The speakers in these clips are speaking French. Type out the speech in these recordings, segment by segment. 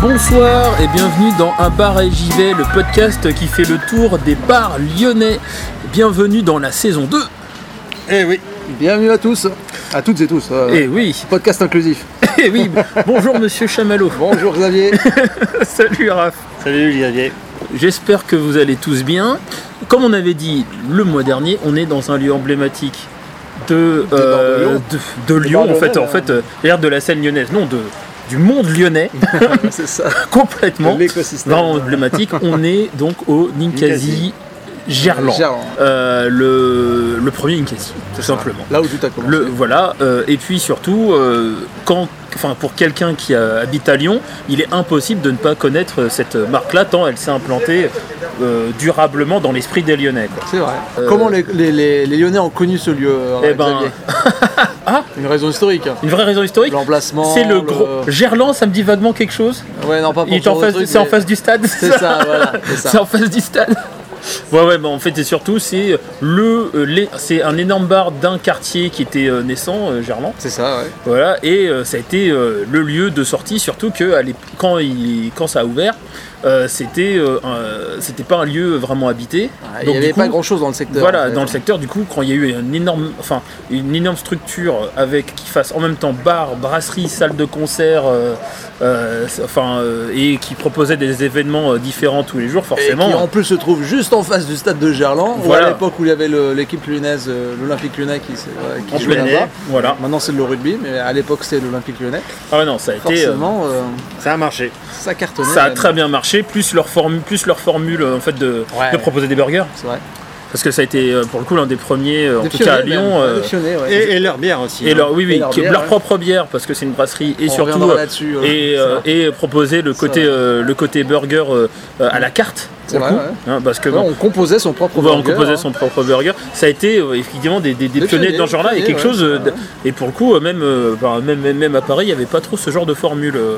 Bonsoir et bienvenue dans Un bar et j'y vais, le podcast qui fait le tour des bars lyonnais. Bienvenue dans la saison 2. Eh oui, bienvenue à tous, à toutes et tous. euh, Eh oui, Podcast inclusif. eh oui. Bonjour Monsieur Chamallow. Bonjour Xavier. Salut Raph. Salut Xavier. J'espère que vous allez tous bien. Comme on avait dit le mois dernier, on est dans un lieu emblématique de euh, bords de Lyon. de- de Des Lyon bords en fait, lyonnais, en fait, euh, d'ailleurs de la scène lyonnaise, non de du monde lyonnais C'est ça, complètement. l'écosystème. Dans emblématique, on est donc au Ninkasi Ninkasi. Gerland. Gerland. Euh, le, le premier Ninkasi, tout simplement. Là où tout a commencé. Le, voilà, euh, et puis surtout, euh, quand, enfin, pour quelqu'un qui euh, habite à Lyon, il est impossible de ne pas connaître euh, cette marque-là, tant elle s'est implantée euh, durablement dans l'esprit des Lyonnais. quoi. C'est vrai. Euh, Comment les, les- les- les Lyonnais ont connu ce lieu euh, Eh ben- Xavier Une raison historique. hein. Une vraie raison historique, L'emplacement. c'est le le- gros. Gerland, ça me dit vaguement quelque chose Ouais, non, pas pour Il est en ce genre de face, truc, c'est en mais- face du stade. C'est ça, voilà. C'est ça. C'est en face du stade. Ouais, ouais, bah en fait, et surtout, c'est le, euh, les- c'est un énorme bar d'un quartier qui était euh, naissant, euh, Gerland. C'est ça, ouais. Voilà, et euh, ça a été euh, le lieu de sortie, surtout que à l'ép- quand, il, quand ça a ouvert, euh, c'était, euh, un- c'était pas un lieu vraiment habité. Il Ah, Donc, n'y du avait coup, pas grand chose dans le secteur. Voilà, en fait. dans le secteur, du coup, quand il y a eu une énorme, enfin, une énorme structure avec qui fasse en même temps bar, brasserie, salle de concert, euh, euh, c'est- enfin, euh, et qui proposait des événements euh, différents tous les jours, Et qui en forcément. plus se trouve juste en face du stade de Gerland, où Voilà. à l'époque où il y avait le- l'équipe lyonnaise, euh, l'Olympique lyonnais qui, se- euh, qui on jouait prenait, là-bas. Voilà. Maintenant c'est le rugby, mais à l'époque c'était l'Olympique lyonnais. Ah non, ça a été. euh, Forcément, euh, Ça a marché. ça cartonnait. ça a là-bas. très bien marché, plus leur formule, plus leur formule euh, en fait de, Ouais. de proposer des burgers. C'est vrai. Parce que ça a été euh, pour le coup l'un des premiers, euh, en Des tout cas à pionniers, Lyon. même. euh, Des pionniers, ouais. Et, et leur bière aussi. et hein. leur, oui, oui, Et leur qui- bière, leur ouais. propre bière, parce que c'est une brasserie. Et On surtout, reviendra euh, là-dessus. euh, et, c'est euh, vrai. et proposer le côté, vrai. euh, le côté burger euh, euh, à la carte. C'est pour vrai, le coup, hein, parce que Ouais, bon, on composait son propre on va en burger, composer hein. son propre burger. Ça a été euh, effectivement des, des- des Des pionniers dans ce genre-là. Et pionniers, quelque ouais, chose. euh, ouais. Et pour le coup, euh, même, euh, bah, même, même, même à Paris, il n'y avait pas trop ce genre de formule euh,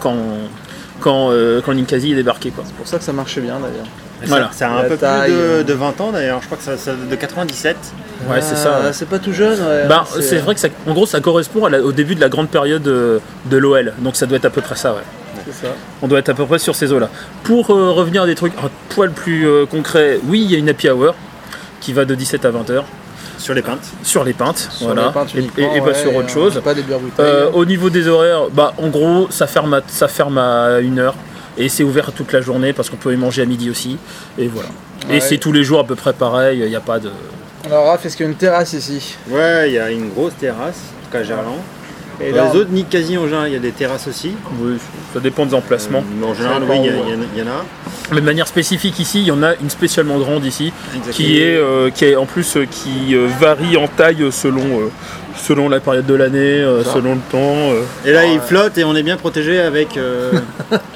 quand, quand, euh, quand Ninkasi est débarqué. Quoi. C'est pour ça que ça marchait bien d'ailleurs. Ça- voilà. Ça, a un La peu taille, plus de, euh. de 20 ans d'ailleurs. Je crois que ça, ça- de 97. Ouais, c'est ça. ouais. Ah, C'est pas tout jeune. ouais. Bah, c'est vrai que ça, en gros, ça correspond à la- au début de la grande période euh, de l'OL. Donc ça doit être à peu près ça, ouais. c'est ça. On doit être à peu près sur ces eaux-là. Pour euh, revenir à des trucs un poil plus euh, concrets, oui, il y a une happy hour qui va de 17 à 20h Sur les pintes. sur les pintes, Sur voilà, les peintes et, uniquement, et- et pas ouais, sur et, autre euh, chose. Pas des bières bouteilles. Euh, au niveau des horaires, bah, en gros, ça ferme à, ça ferme à 1h et c'est ouvert toute la journée parce qu'on peut y manger à midi aussi. Et voilà. Et Ouais. c'est tous les jours à peu près pareil, il n'y a pas de. Alors Raph, est-ce qu'il y a une terrasse ici Ouais, il y a une grosse terrasse, en tout cas à Gerland. Et Et là, les autres, ni quasi en général, il y a des terrasses aussi. Oui, ça dépend des emplacements. Euh, mais en général, oui, il y, a- il y en a- il y en a. Mais de manière spécifique ici, il y en a une spécialement grande ici, qui Exactement. est, euh, qui est en plus euh, qui euh, varie en taille selon, euh, selon la période de l'année, euh, Ça. selon le temps. euh. Et là, il flotte et on est bien protégé avec euh,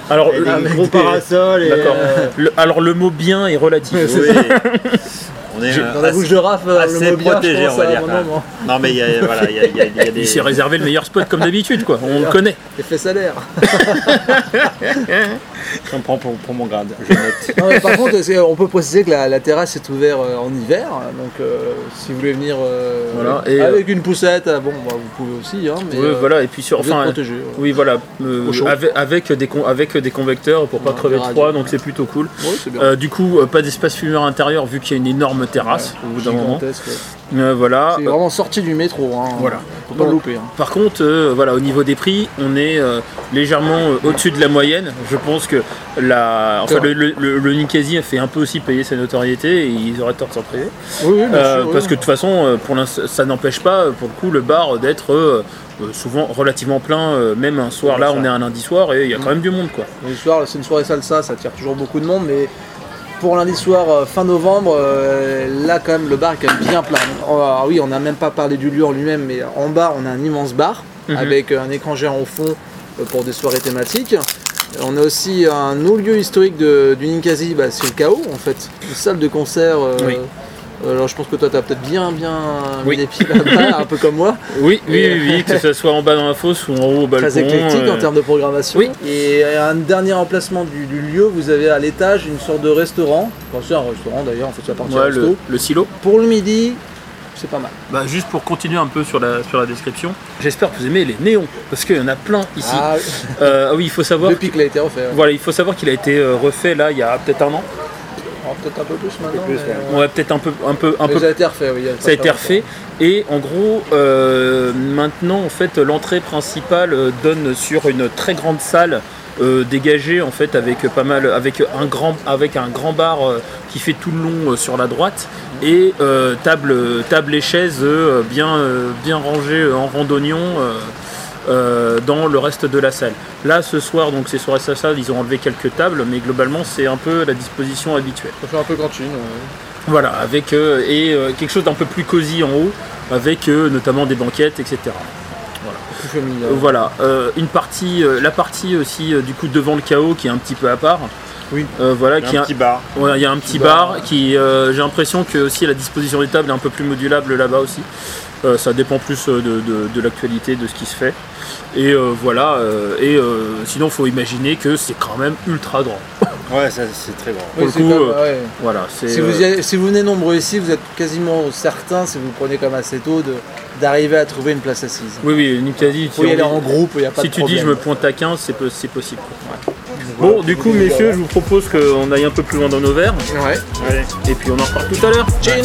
Alors, Eh Oh, avec le- ben, des gros des- parasols. et, D'accord. euh, le- alors le mot bien est relatif. oui. On est euh, Dans Ah, la assez- bouche de Raph, euh, assez le mot bière, protégé, je pense, on va à un dire, moment, quand même. hein. Non, mais il y a, voilà, il y a- il y a- il y a des. Il s'est réservé le meilleur spot comme d'habitude quoi. On le connaît. Effet salaire. On prend pour, pour mon grade. Je note. Non, mais par contre, est-ce que- on peut préciser que la, la terrasse est ouverte euh, en hiver, donc euh, si vous voulez venir euh, Voilà, et, avec une poussette, euh, bon, bah, vous pouvez aussi, hein, mais Ouais, euh, voilà et puis sur vous êtes enfin protégé. ouais. oui voilà euh, Au chaud. avec, avec des con- avec des convecteurs pour pas Ouais, crever on verra froid bien. donc c'est plutôt cool. Ouais, c'est bien. Euh, du coup euh, pas d'espace fumeur intérieur vu qu'il y a une énorme terrasse au bout d'un moment. Gigantesque, ouais. Euh, voilà. C'est vraiment sorti du métro. Hein. Voilà. Faut pas Bon. le louper. hein. Par contre, euh, voilà, au niveau des prix, on est euh, légèrement euh, au-dessus de la moyenne. Je pense que la, enfin, C'est vrai. le, le, le- le Ninkasi a fait un peu aussi payer sa notoriété et ils auraient tort de s'en priver. Oui, oui, bien Euh, sûr, oui. Parce que de toute façon, euh, pour l'inst- ça n'empêche pas, euh, pour le coup, le bar d'être euh, euh, souvent relativement plein, euh, même un soir. Là, on est un lundi soir et il y a quand même du monde, quoi. Le soir, c'est une soirée salsa, ça attire toujours beaucoup de monde, mais pour lundi soir, euh, fin novembre, euh, là quand même le bar est quand même bien plein. Oh, ah oui, on n'a même pas parlé du lieu en lui-même, mais en bas on a un immense bar Mhm. avec euh, un écran géant au fond euh, pour des soirées thématiques. On a aussi un haut lieu historique de- du Ninkasi, bah, c'est le chaos en fait. Une salle de concert. euh, Oui. euh, Alors je pense que toi t'as peut-être bien bien Oui. mis les pieds là-bas, un peu comme moi. Oui, oui, Et- oui, oui, que ce soit en bas dans la fosse ou en haut au balcon. Très éclectique euh, en termes de programmation. oui. Et un dernier emplacement du, du lieu, vous avez à l'étage une sorte de restaurant. Enfin, c'est un restaurant d'ailleurs, en fait, ça appartient au ouais, resto. le, le silo. Pour le midi, c'est pas mal. Bah, juste pour continuer un peu sur la, sur la description, j'espère que vous aimez les néons, parce qu'il y en a plein ici. Ah, Euh, ah oui, il faut savoir. depuis qu'il a été refait, ouais. Voilà, il faut savoir qu'il a été euh, refait là il y a peut-être un an. Alors, peut-être un peu plus maintenant. plus, mais, ouais. euh, Ouais, peut-être un peu, un peu, un mais peu ça a été refait, oui. il y pas Ça a été très refait et en gros euh, maintenant en fait l'entrée principale euh, donne sur une très grande salle euh, dégagée en fait avec pas mal avec un grand avec un grand bar euh, qui fait tout le long euh, sur la droite et euh, table table et chaises euh, bien euh, bien rangées euh, en rang d'oignon euh, euh, dans le reste de la salle. Là ce soir donc c'est sur la salle ils ont enlevé quelques tables mais globalement c'est un peu la disposition habituelle. Ça fait un peu cantine. euh, ouais. Voilà, avec euh, et euh, quelque chose d'un peu plus cosy en haut, avec euh, notamment des banquettes, etc. Plus hein. féminin. Euh, voilà, euh, une partie, euh, la partie aussi euh, du coup devant le chaos qui est un petit peu à part. Oui. Euh, voilà, Il y a qui un a- petit bar. ouais, il y a un petit bar, bar. qui, euh, j'ai l'impression que aussi la disposition des tables est un peu plus modulable là-bas aussi. Euh, ça dépend plus euh, de, de- de l'actualité, de ce qui se fait. Et euh, voilà, euh, et euh, sinon faut imaginer que c'est quand même ultra grand. Ouais, ça, c'est très grand. Pour Oui, le c'est coup, comme- euh, ouais. Voilà, c'est. si, euh, vous y allez- si vous venez nombreux ici, vous êtes quasiment certain, si vous prenez comme assez tôt, de- d'arriver à trouver une place assise. Oui, oui, Ninkasi, tu Vous y en- aller en groupe, il n'y a pas Si de tu dis problème. je me pointe à 15, c'est po- c'est possible. Bon, du coup, messieurs, je vous propose qu'on aille un peu plus loin dans nos verres Ouais. Allez. et puis on en reparle tout à l'heure. Chin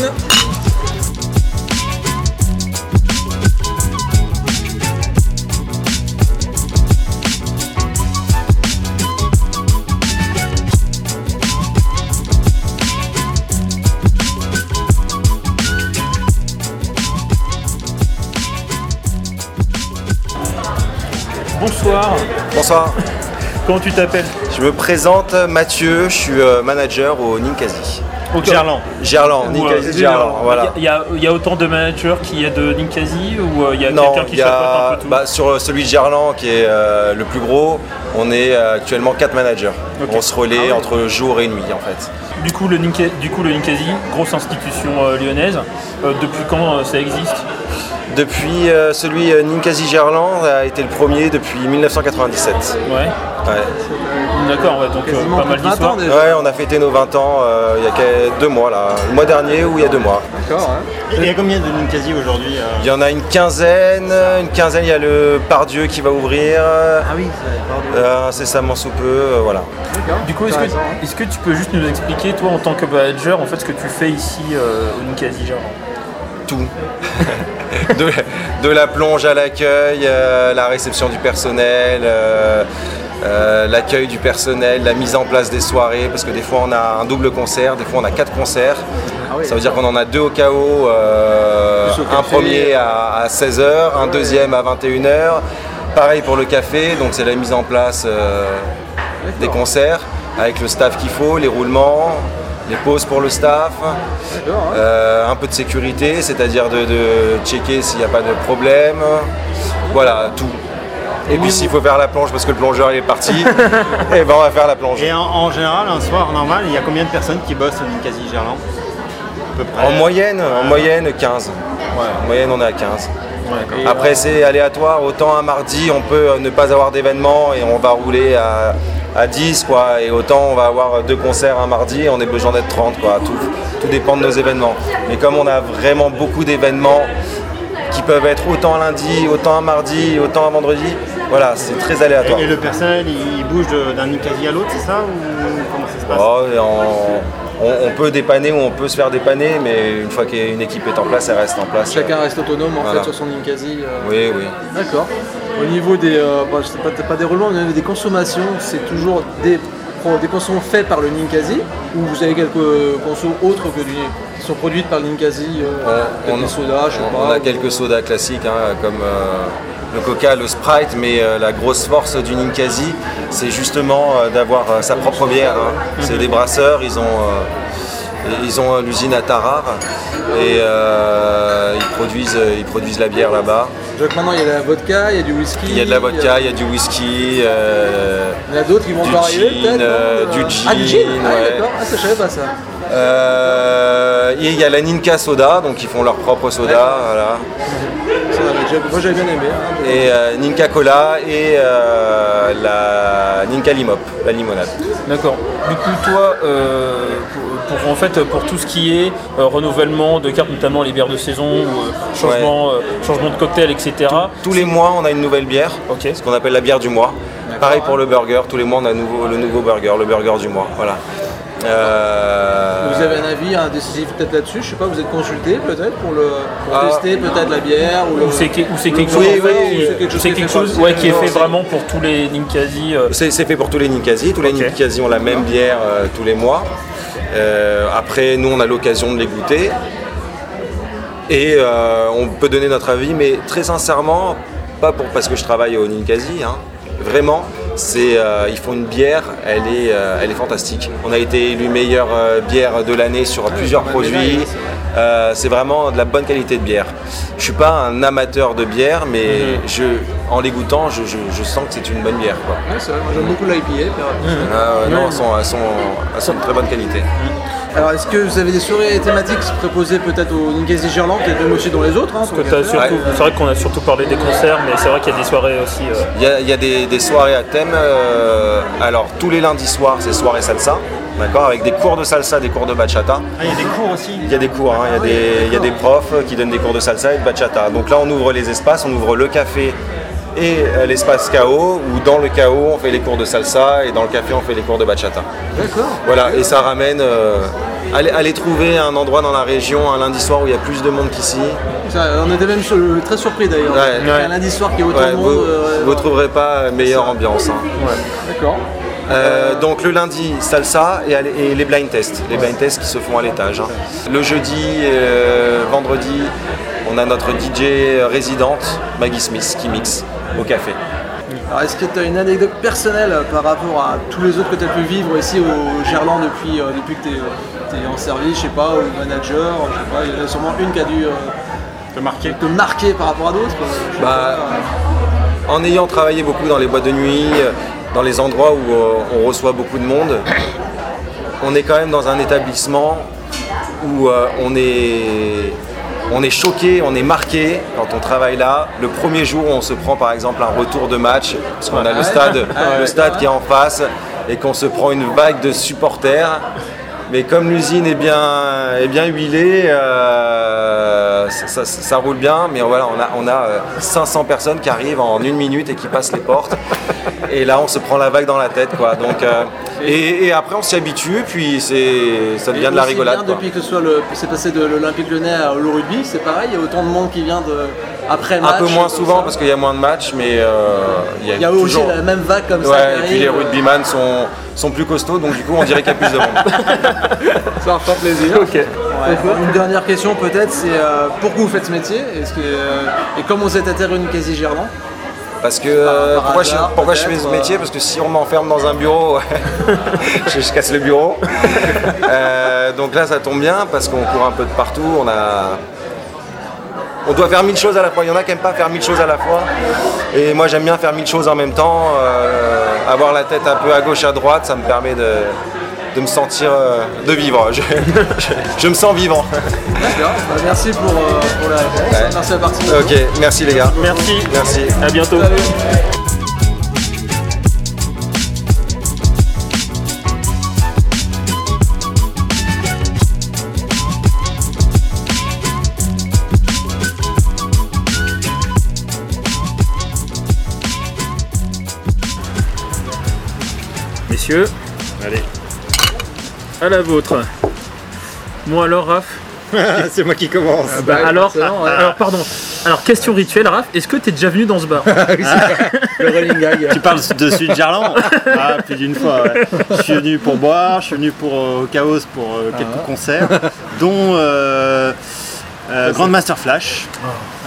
Bonsoir, Bonsoir, comment tu t'appelles je me présente Mathieu, je suis euh, manager au Ninkasi. Au Gerland. Gerland, Ninkasi Gerland, euh, voilà. euh, Il y, a- il y a autant de managers qu'il y a de Ninkasi ou euh, il y a Non, quelqu'un qui il y chapeaute un a, peu tout bah, sur celui de Gerland qui est euh, le plus gros, on est euh, actuellement 4 managers. On se Ah relaie entre jour et nuit en fait. du, coup, le Ninka- du coup, le Ninkasi, grosse institution euh, lyonnaise, Euh, depuis quand euh, ça existe Depuis euh, celui euh, Ninkasi Gerland a été le premier depuis 1997. Ouais, Ouais, d'accord, ouais, donc euh, Quasiment pas plus mal de 20 ans d'histoires. déjà. Ouais, on a fêté nos 20 ans euh, il y a que- deux mois là, le mois dernier ou il y a deux mois. D'accord, hein. Il y a combien de Ninkasi aujourd'hui euh Il y en a une quinzaine, une quinzaine, il y a le Pardieu qui va ouvrir. Ah oui, ça- pardon. Euh, incessamment sous peu, euh, voilà. D'accord. Du coup, est-ce Intéressant, que, hein. est-ce que tu peux juste nous expliquer, toi, en tant que manager, en fait, ce que tu fais ici euh, au Ninkasi Gerland Tout. de, de la plonge à l'accueil, euh, la réception du personnel, euh, euh, l'accueil du personnel, la mise en place des soirées, parce que des fois on a un double concert, des fois on a quatre concerts. Ah oui. Ça veut dire qu'on en a deux au KO, euh, Plus au un café. premier à, 16h, un deuxième à 21h. Pareil pour le café, donc c'est la mise en place euh, des concerts avec le staff qu'il faut, les roulements, les pauses pour le staff. D'accord, hein. Euh, un peu de sécurité, c'est-à-dire de, de checker s'il n'y a pas de problème. Voilà, tout. Et puis s'il faut faire la plonge parce que le plongeur il est parti, et ben on va faire la plonge. Et en, en général, un soir normal, il y a combien de personnes qui bossent au Ninkasi Gerland À peu près. En moyenne, en moyenne 15. En moyenne on est à 15. Après c'est aléatoire, autant un mardi on peut euh, ne pas avoir d'événement et on va rouler à, à 10 quoi, et autant on va avoir deux concerts un mardi et on est besoin d'être 30 quoi, tout, tout dépend de nos événements. Mais comme on a vraiment beaucoup d'événements qui peuvent être autant un lundi, autant un mardi, autant un vendredi, voilà c'est très aléatoire. Et, et le personnel, il, il bouge de- d'un Ninkasi à l'autre, c'est ça Ou comment ça se passe Oh, et en- on, on peut dépanner ou on peut se faire dépanner, mais une fois qu'une équipe est en place, elle reste en place. Chacun reste autonome en Voilà. fait sur son Ninkasi. euh, Oui, oui. D'accord. Au niveau des, euh, bah, je sais pas, pas des roulements, mais au niveau des consommations, c'est toujours des, pro- des consommations faits par le Ninkasi ou vous avez quelques euh, consos autres que du, qui sont produites par le Ninkasi euh, On- peut-être on- des sodas, je sais on- pas. on a ou- quelques sodas classiques hein, comme euh, le coca, le sprite, mais euh, la grosse force du Ninkasi, c'est justement euh, d'avoir euh, sa propre bière. hein. C'est des brasseurs, ils ont, euh, Et ils ont euh, l'usine à Tarare et euh, ils, produisent, ils produisent la bière là-bas. Donc maintenant, il y a de la vodka, il y a du whisky. euh, Il y a de la vodka, il y a du whisky, euh, Il y en a d'autres qui vont Du encore arriver gin, peut-être. non euh, du Ah, du gin gin, Ah, ouais. d'accord. Ah, ça, je savais pas ça. euh, et il y a la Ninka Soda, donc ils font leur propre soda. voilà. Ça, on avait déjà- Moi, j'avais bien aimé. hein. Et euh, Ninka Cola et euh, la Ninka Limop, la limonade. D'accord. Du coup, toi, euh, pour, pour- en fait, pour tout ce qui est euh, renouvellement de cartes, notamment les bières de saison, ou, euh, changement, euh, changement de cocktail, etc. Tous les mois, on a une nouvelle bière, Ok. ce qu'on appelle la bière du mois. Pareil pour le burger, tous les mois, on a nouveau- le nouveau burger, le burger du mois. Voilà. Euh, Vous avez un avis, un décisif peut-être là-dessus, je sais pas, vous êtes consulté peut-être pour, le, pour Ah. tester peut-être la bière ou le... Ou c'est que- ou c'est le- quelque chose, Oui, en fait, oui, qui- c'est quelque chose c'est qui est quelque fait chose par- ouais, qui est Non, fait c'est- vraiment pour tous les Ninkasi. euh, C'est c'est fait pour tous les Ninkasi. Tous les Ok. Ninkasi ont la même bière euh, tous les mois. Euh, après, nous, on a l'occasion de les goûter. Et euh, on peut donner notre avis, mais très sincèrement, pas pour, parce que je travaille au Ninkasi. hein. Vraiment, c'est, euh, ils font une bière, elle est, euh, elle est fantastique. On a été élu meilleure euh, bière de l'année sur plusieurs pas mal de médailles, produits. hein, c'est vrai. Euh, c'est vraiment de la bonne qualité de bière. Je suis pas un amateur de bière, mais je, en les goûtant, je, je- je sens que c'est une bonne bière. quoi. Ouais, c'est vrai, moi j'aime beaucoup l'IPA. euh, par- Ah ouais, non, elles sont, elles sont- elles sont de très bonne qualité. Hein. Alors est-ce que vous avez des soirées thématiques proposées peut-être au Ninkasi Gerland et même aussi dans les autres hein, tant que qu'à t'as faire. surtout- Ouais. C'est vrai qu'on a surtout parlé des concerts, mais c'est vrai qu'il y a des soirées aussi. euh, Il y a, il y a des, des soirées à thème. euh, alors, tous les lundis soirs, c'est soirée salsa, d'accord Avec des cours de salsa, des cours de bachata. Ah, il y a des cours aussi. Il y a des cours, hein, il, y a des, il y a des profs qui donnent des cours de salsa et de bachata. Donc là, on ouvre les espaces, on ouvre le café et euh, l'espace KO, où dans le KO, on fait les cours de salsa et dans le café, on fait les cours de bachata. D'accord. Voilà, et ça ramène. euh, allez, allez trouver un endroit dans la région un lundi soir où il y a plus de monde qu'ici. Ça, on était même sur- très surpris d'ailleurs. Ouais. Il y a Un lundi soir qui est autant Ouais, de vous monde. euh, ne trouverez pas meilleure ambiance. hein. D'accord. Euh, donc le lundi, salsa et, à l- et les blind tests. Les blind tests qui se font à l'étage. hein. Le jeudi, euh, vendredi, on a notre DJ résidente, Maggie Smith, qui mixe au café. Alors est-ce que tu as une anecdote personnelle euh, par rapport à tous les autres que tu as pu vivre ici au Gerland depuis, euh, depuis que tu es, en service, je sais pas, ou manager, je sais pas, il y en a sûrement une qui a dû euh, Te marquer. te marquer par rapport à d'autres quoi. Je sais Bah, pas. en ayant travaillé beaucoup dans les boîtes de nuit, euh, dans les endroits où euh, on reçoit beaucoup de monde, on est quand même dans un établissement où euh, on est. On est choqué, on est marqué quand on travaille là. Le premier jour, on se prend par exemple un retour de match, parce qu'on a le stade, le stade qui est en face, et qu'on se prend une vague de supporters. Mais comme l'usine est bien, est bien huilée, euh, ça, ça- ça roule bien. Mais voilà, on a, on a euh, 500 personnes qui arrivent en une minute et qui passent les portes. Et là, on se prend la vague dans la tête, quoi. Donc, euh, et, et après, on s'y habitue, puis c'est, ça euh, Et devient de la aussi rigolade. bien quoi. depuis que ce soit le, c'est passé de l'Olympique Lyonnais à- au rugby, c'est pareil. Il y a autant de monde qui vient de après Un match. peu moins comme souvent ça. parce qu'il y a moins de matchs, mais euh, il y a, il y a aussi toujours. la même euh. vague comme ça. Ouais, qui et puis les arrive. rugbyman sont, sont plus costauds, donc du coup, on dirait qu'il y a plus de monde. Ça leur fait plaisir. Ok. Ouais. Une dernière question peut-être, c'est euh, pourquoi vous faites ce métier Est-ce que, euh, Et comment vous êtes atterri une quasi gerland Parce que euh, par pourquoi, je, hasard, pourquoi je fais ce peut-être, métier euh. Parce que si on m'enferme dans un bureau, je, je casse le bureau. Euh, donc là, ça tombe bien parce qu'on court un peu de partout. On a, on doit faire mille choses à la fois. Il y en a qui n'aiment pas faire mille choses à la fois. Et moi, j'aime bien faire mille choses en même temps. Euh, avoir la tête un peu à gauche, à droite, ça me permet de, de me sentir, euh, de vivre. Je- je- je me sens vivant. D'accord. Bah, merci pour, euh, pour la réponse. Ouais. Merci à partir. Ok, merci les gars. Merci. Merci. À bientôt. Messieurs, Allez. à la vôtre. Moi alors, Raph Ah, c'est moi qui commence. Bah, Ouais, alors, forcément, ouais. alors, pardon. Alors, question rituelle, Raph, est-ce que t'es déjà venu dans ce bar Le rolling gag. Tu parles de Sud Gerland Ah, plus d'une fois, ouais. Je suis venu pour boire, je suis venu pour euh, au Chaos pour euh, quelques concerts, dont euh, euh, Grandmaster Flash.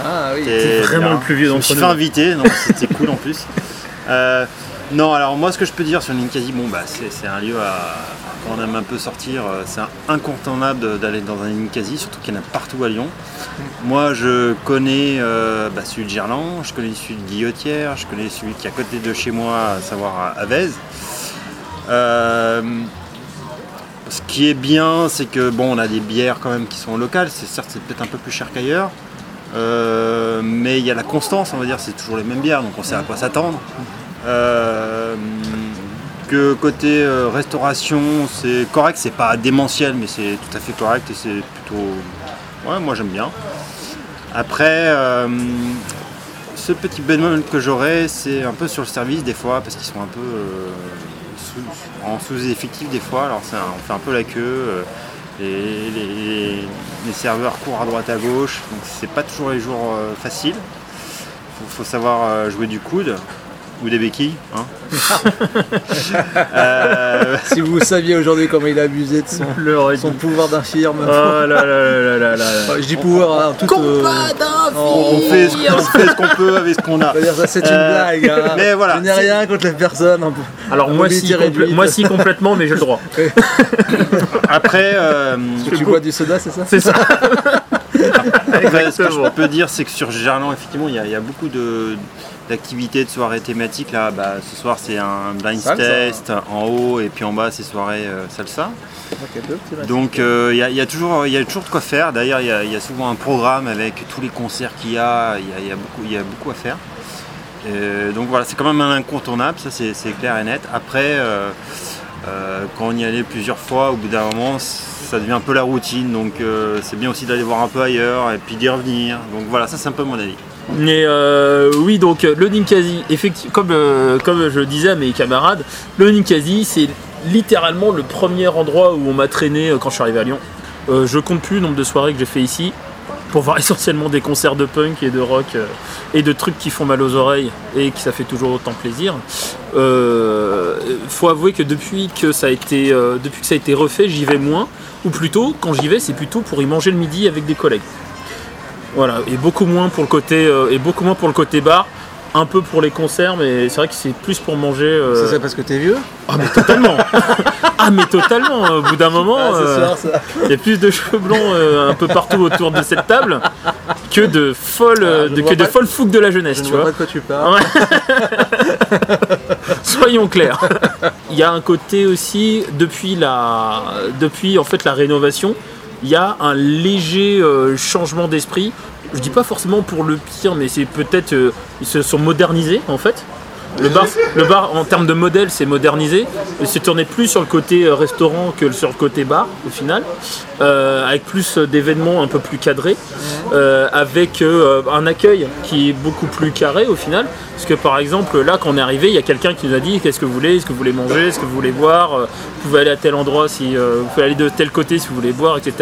Ah oui. qui est vraiment bien. le plus vieux Je me d'entre suis nous. fait inviter, donc c'était cool en plus. Euh, Non, alors moi, ce que je peux dire sur Ninkasi, bon, bah, c'est c'est un lieu à. Quand on aime un peu sortir, euh, c'est incontournable de- d'aller dans un Ninkasi, surtout qu'il y en a partout à Lyon. Moi, je connais euh, bah, celui de Gerland, je connais celui de Guillotière, je connais celui qui est à côté de chez moi, à savoir à Avez. Euh, ce qui est bien, c'est que bon, on a des bières quand même qui sont locales. C'est certes, c'est peut-être un peu plus cher qu'ailleurs, euh, mais il y a la constance, on va dire. C'est toujours les mêmes bières, donc on sait à quoi s'attendre. Euh, que côté euh, restauration, c'est correct. C'est pas démentiel, mais c'est tout à fait correct et c'est plutôt. Ouais, moi j'aime bien. Après, euh, ce petit bémol que j'aurais, c'est un peu sur le service des fois, parce qu'ils sont un peu euh, sous- en sous-effectif des fois. Alors c'est un- on fait un peu la queue. euh, les, les- les serveurs courent à droite à gauche, donc c'est pas toujours les jours euh, faciles. Faut, faut savoir euh, jouer du coude ou des béquilles. hein. Euh, Si vous saviez aujourd'hui comment il a abusé de son, Le rugby. son pouvoir d'infirme. Oh là là là là là là. Enfin, je dis pouvoir, hein, tout. euh, on, on fait ce qu'on- on fait ce qu'on peut avec ce qu'on a. on va dire ça, c'est une Euh, blague. hein. mais voilà, Je n'ai c'est- rien contre les personnes. hein. Alors La moi si, mobilité compl- réduite. moi si complètement, mais j'ai le droit. Après, euh, Tu bois du soda, c'est ça C'est ça. Après, ce que je Exactement. peux dire, c'est que sur Gerland, effectivement, il y, a- il y a beaucoup de- d'activités, de soirées thématiques. Là, bah, ce soir, c'est un blind Salsa. test en haut, et puis en bas, c'est soirée euh, salsa. Ok, deux petits matins. Donc, euh, il y, a- il y a toujours il y a toujours de quoi faire. D'ailleurs, il y, a- il y a souvent un programme avec tous les concerts qu'il y a. Il y a- il y, a beaucoup- il y a beaucoup à faire. Euh, donc voilà, c'est quand même un incontournable, ça c'est c'est clair et net. Après, euh, euh, quand on y allait plusieurs fois, au bout d'un moment, ça devient un peu la routine. Donc euh, c'est bien aussi d'aller voir un peu ailleurs et puis d'y revenir. Donc voilà, ça c'est un peu mon avis. Mais euh, oui, donc euh, le Ninkasi, effectivement, comme, euh, comme je le disais à mes camarades, le Ninkasi, c'est littéralement le premier endroit où on m'a traîné euh, quand je suis arrivé à Lyon. Euh, je compte plus le nombre de soirées que j'ai fait ici pour voir essentiellement des concerts de punk et de rock euh, et de trucs qui font mal aux oreilles et qui ça fait toujours autant plaisir. Euh, faut avouer que depuis que ça a été euh, depuis que ça a été refait, j'y vais moins ou plutôt quand j'y vais, c'est plutôt pour y manger le midi avec des collègues. Voilà, et beaucoup moins pour le côté euh, et beaucoup moins pour le côté bar, un peu pour les concerts, mais c'est vrai que c'est plus pour manger. euh, C'est ça parce que t'es vieux Ah mais totalement. ah mais totalement. euh, Au bout d'un moment, Ah, euh, Ce soir, ça. il y a plus de cheveux blonds euh, un peu partout autour de cette table que de folles, euh, Ah, je de- ne que vois de pas- folles fougues de la jeunesse, Je ne tu vois vois. pas de quoi tu parles. Soyons clairs. Il y a un côté aussi depuis la, depuis en fait la rénovation, il y a un léger euh, changement d'esprit. Je dis pas forcément pour le pire, mais c'est peut-être euh, ils se sont modernisés en fait. Le bar, le bar en termes de modèle s'est modernisé, et s'est tourné plus sur le côté euh, restaurant que sur le côté bar au final, euh, avec plus euh, d'événements un peu plus cadrés, euh, avec euh, un accueil qui est beaucoup plus carré au final. Parce que par exemple là quand on est arrivé, il y a quelqu'un qui nous a dit qu'est-ce que vous voulez, est-ce que vous voulez manger, est-ce que vous voulez boire, euh, vous pouvez aller à tel endroit si euh, vous pouvez aller de tel côté si vous voulez boire, etc.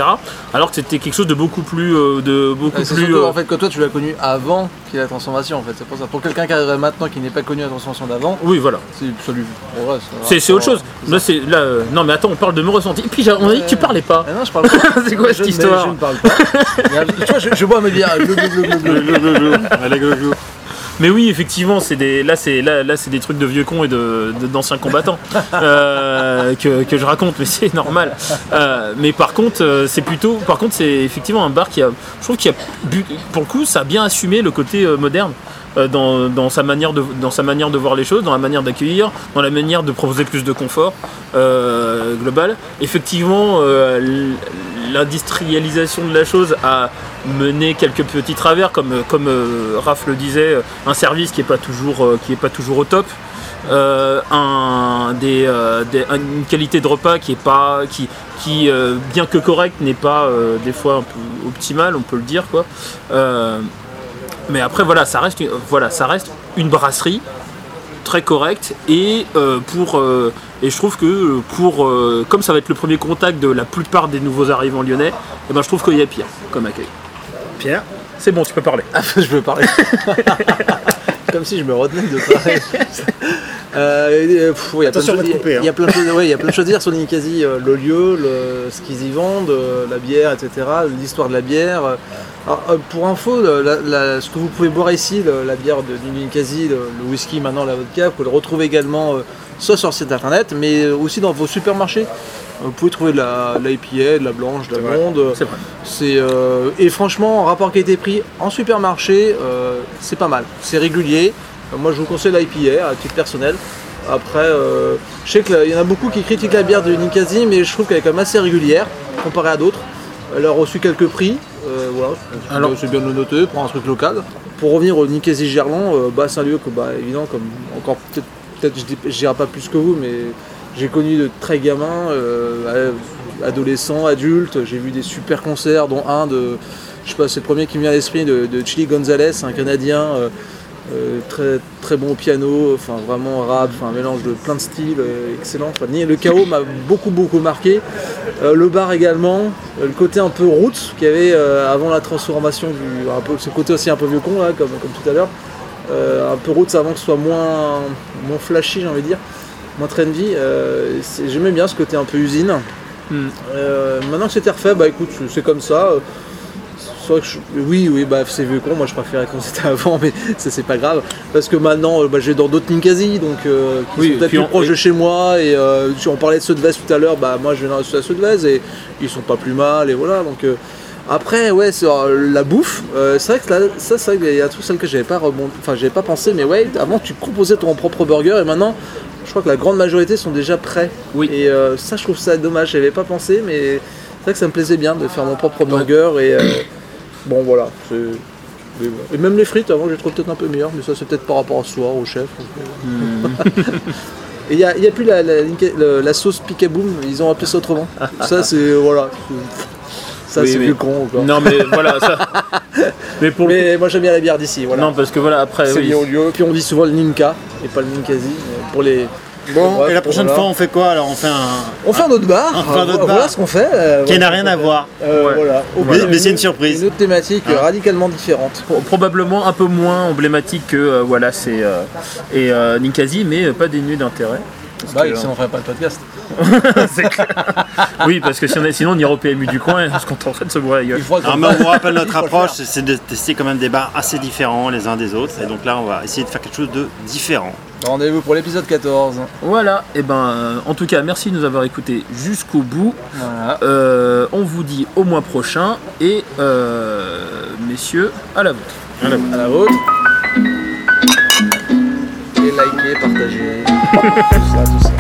Alors que c'était quelque chose de beaucoup plus euh, de beaucoup Ah, C'est plus surtout euh, en fait que toi tu l'as connu avant qu'il y ait la transformation en fait, c'est pour ça. Pour quelqu'un qui arriverait maintenant qui n'est pas connu la transformation d'avant, oui voilà. c'est absolu. Pour vrai, ça va. C'est c'est autre chose. Là, c'est là. euh, non, mais attends, on parle de mon ressenti. Et puis, j'ai- on a dit que tu parlais pas. Ah non, je parle pas. C'est quoi cette Je ne- histoire Je ne parle pas. Mais, tu vois, euh, je, je bois mes bières. glou, glou, glou, glou, glou. Allez, go, go. Mais oui, effectivement, c'est des. Là, c'est là, là, c'est des trucs de vieux cons et de de- d'anciens combattants euh, que, que je raconte, mais c'est normal. Euh, mais par contre, euh, c'est plutôt. Par contre, c'est effectivement un bar qui a. Je trouve qu'il a bu- pour le coup, ça a bien assumé le côté euh, moderne. euh, Dans, dans sa manière de, dans sa manière de voir les choses, dans la manière d'accueillir, dans la manière de proposer plus de confort euh, global. Effectivement, euh, l- l'industrialisation de la chose a mené quelques petits travers, comme, euh, comme euh, Raph le disait, euh, un service qui n'est pas, toujours, euh, qui est pas toujours au top. euh, un, des, euh, des- un- une qualité de repas qui est pas qui, qui euh, bien que correcte n'est pas euh, des fois un peu optimale on peut le dire quoi Euh, mais après voilà ça reste une- voilà ça reste une brasserie très correcte et euh, pour euh, et je trouve que euh, pour euh, comme ça va être le premier contact de la plupart des nouveaux arrivants lyonnais et ben je trouve qu'il y a pire comme accueil Pierre Ah, c'est bon tu peux parler je veux parler. Comme si je me retenais de parler. Euh, et, pff, ouais, Il y a plein de Attention, choses- on va te couper, hein. il y a plein de choses ouais, il y a plein de choses à dire sur Ninkasi, euh, le lieu, le- ce qu'ils y vendent, euh, la bière, etc., l'histoire de la bière. Alors, euh, pour info, le- la- la- ce que vous pouvez boire ici, le- la bière de du Ninkasi, le, le whisky maintenant, la vodka, vous pouvez le retrouver également euh, soit sur le site internet, mais euh, aussi dans vos supermarchés. Vous pouvez trouver de la, de la IPA, de la blanche, de la blonde. C'est vrai. C'est euh, et franchement en rapport qualité-prix en supermarché, euh, c'est pas mal, c'est régulier. Euh, Moi je vous conseille l'IPA à titre personnel. Après, euh, je sais qu'il y en a beaucoup qui critiquent la bière de Ninkasi, mais je trouve qu'elle est quand même assez régulière comparée à d'autres. Elle a reçu quelques prix, euh, voilà, c'est- Alors- c'est bien de le noter pour un truc local. Pour revenir au Ninkasi Gerland, euh, bah, c'est un lieu que, bah, évident, comme encore peut-être, peut-être je dis- je dirais pas plus que vous, mais j'ai connu de très gamins, euh, à- adolescents, adultes. J'ai vu des super concerts, dont un de, je sais pas, c'est le premier qui me vient à l'esprit, de, de Chili Gonzalez, un Canadien euh, euh, très très bon au piano, enfin vraiment rap, enfin un mélange de plein de styles, euh, excellent. Enfin, ni- le chaos m'a beaucoup beaucoup marqué. Euh, le bar également, euh, le côté un peu route qu'il y avait euh, avant la transformation du, un peu, ce côté aussi un peu vieux con là, comme, comme tout à l'heure. Euh, un peu route avant que ce soit moins moins flashy, j'ai envie de dire mon train de vie, euh, c'est- j'aimais bien ce côté un peu usine. Hmm. Euh, maintenant que c'était refait, bah écoute, c'est- c'est comme ça. Euh, C'est vrai que je- oui, oui, bah c'est vieux con. Moi, je préférais quand c'était avant, mais ça c'est pas grave parce que maintenant, euh, bah, j'ai dans d'autres Ninkasi, donc euh, qui Oui, sont et peut-être puis plus on- proches et- de chez moi. Et euh, si on parlait de ceux de Vez tout à l'heure, bah moi, je viens de ceux de Vez et ils sont pas plus mal et voilà. Donc euh, après, ouais, sur euh, la bouffe, euh, c'est vrai que là, ça, c'est vrai qu'il y a un truc celle que j'avais pas rebond... enfin j'avais pas pensé, mais ouais, avant tu composais ton propre burger et maintenant, je crois que la grande majorité sont déjà prêts. Oui. Et euh, ça, je trouve ça dommage. J'avais pas pensé, mais c'est vrai que ça me plaisait bien de faire mon propre burger et euh, bon voilà. c'est- mais bon. Et même les frites, avant, je les trouve peut-être un peu meilleures, mais ça, c'est peut-être par rapport à ce soir au chef. Hmm. Et il n'y a, il y a plus la, la, la- la sauce picaboum, ils ont appelé ça autrement. Ça, c'est. Voilà. Ça, Oui, c'est mais- plus con encore. Non, mais voilà, ça. Mais pour. Mais moi j'aime bien la bière d'ici, voilà. Non, parce que voilà, après. c'est oui, lié au lieu. Puis on dit souvent le Ninka et pas le Ninkasi mais pour les. Bon, Bref, et la prochaine voilà. fois, on fait quoi Alors, on fait un. On fait un autre bar. On fait un autre voilà bar. ce qu'on fait. euh, qui n'a voilà. rien à voir. Euh, voilà. Au Mais- pire, mais c'est une surprise. Hein Une autre thématique euh, radicalement différente. pro- Probablement un peu moins emblématique que euh, voilà, c'est euh, et euh, Ninkasi, mais euh, pas dénué d'intérêt. Parce Bah, que, on ferait pas de podcast. euh, c'est clair. oui, parce que si on est- sinon on ira au PMU du coin, hein, on se contenterait de se voir la gueule. Alors, Ah, mais on vous rappelle notre approche, c'est de tester quand même des bars assez différents les uns des autres. Et donc là, on va essayer de faire quelque chose de différent. Rendez-vous pour l'épisode 14. Voilà, et ben euh, en tout cas, merci de nous avoir écoutés jusqu'au bout. Voilà. Euh, on vous dit au mois prochain et euh, messieurs, à la vôtre. À la vôtre. Et likez, partagez. tout ça, tout ça.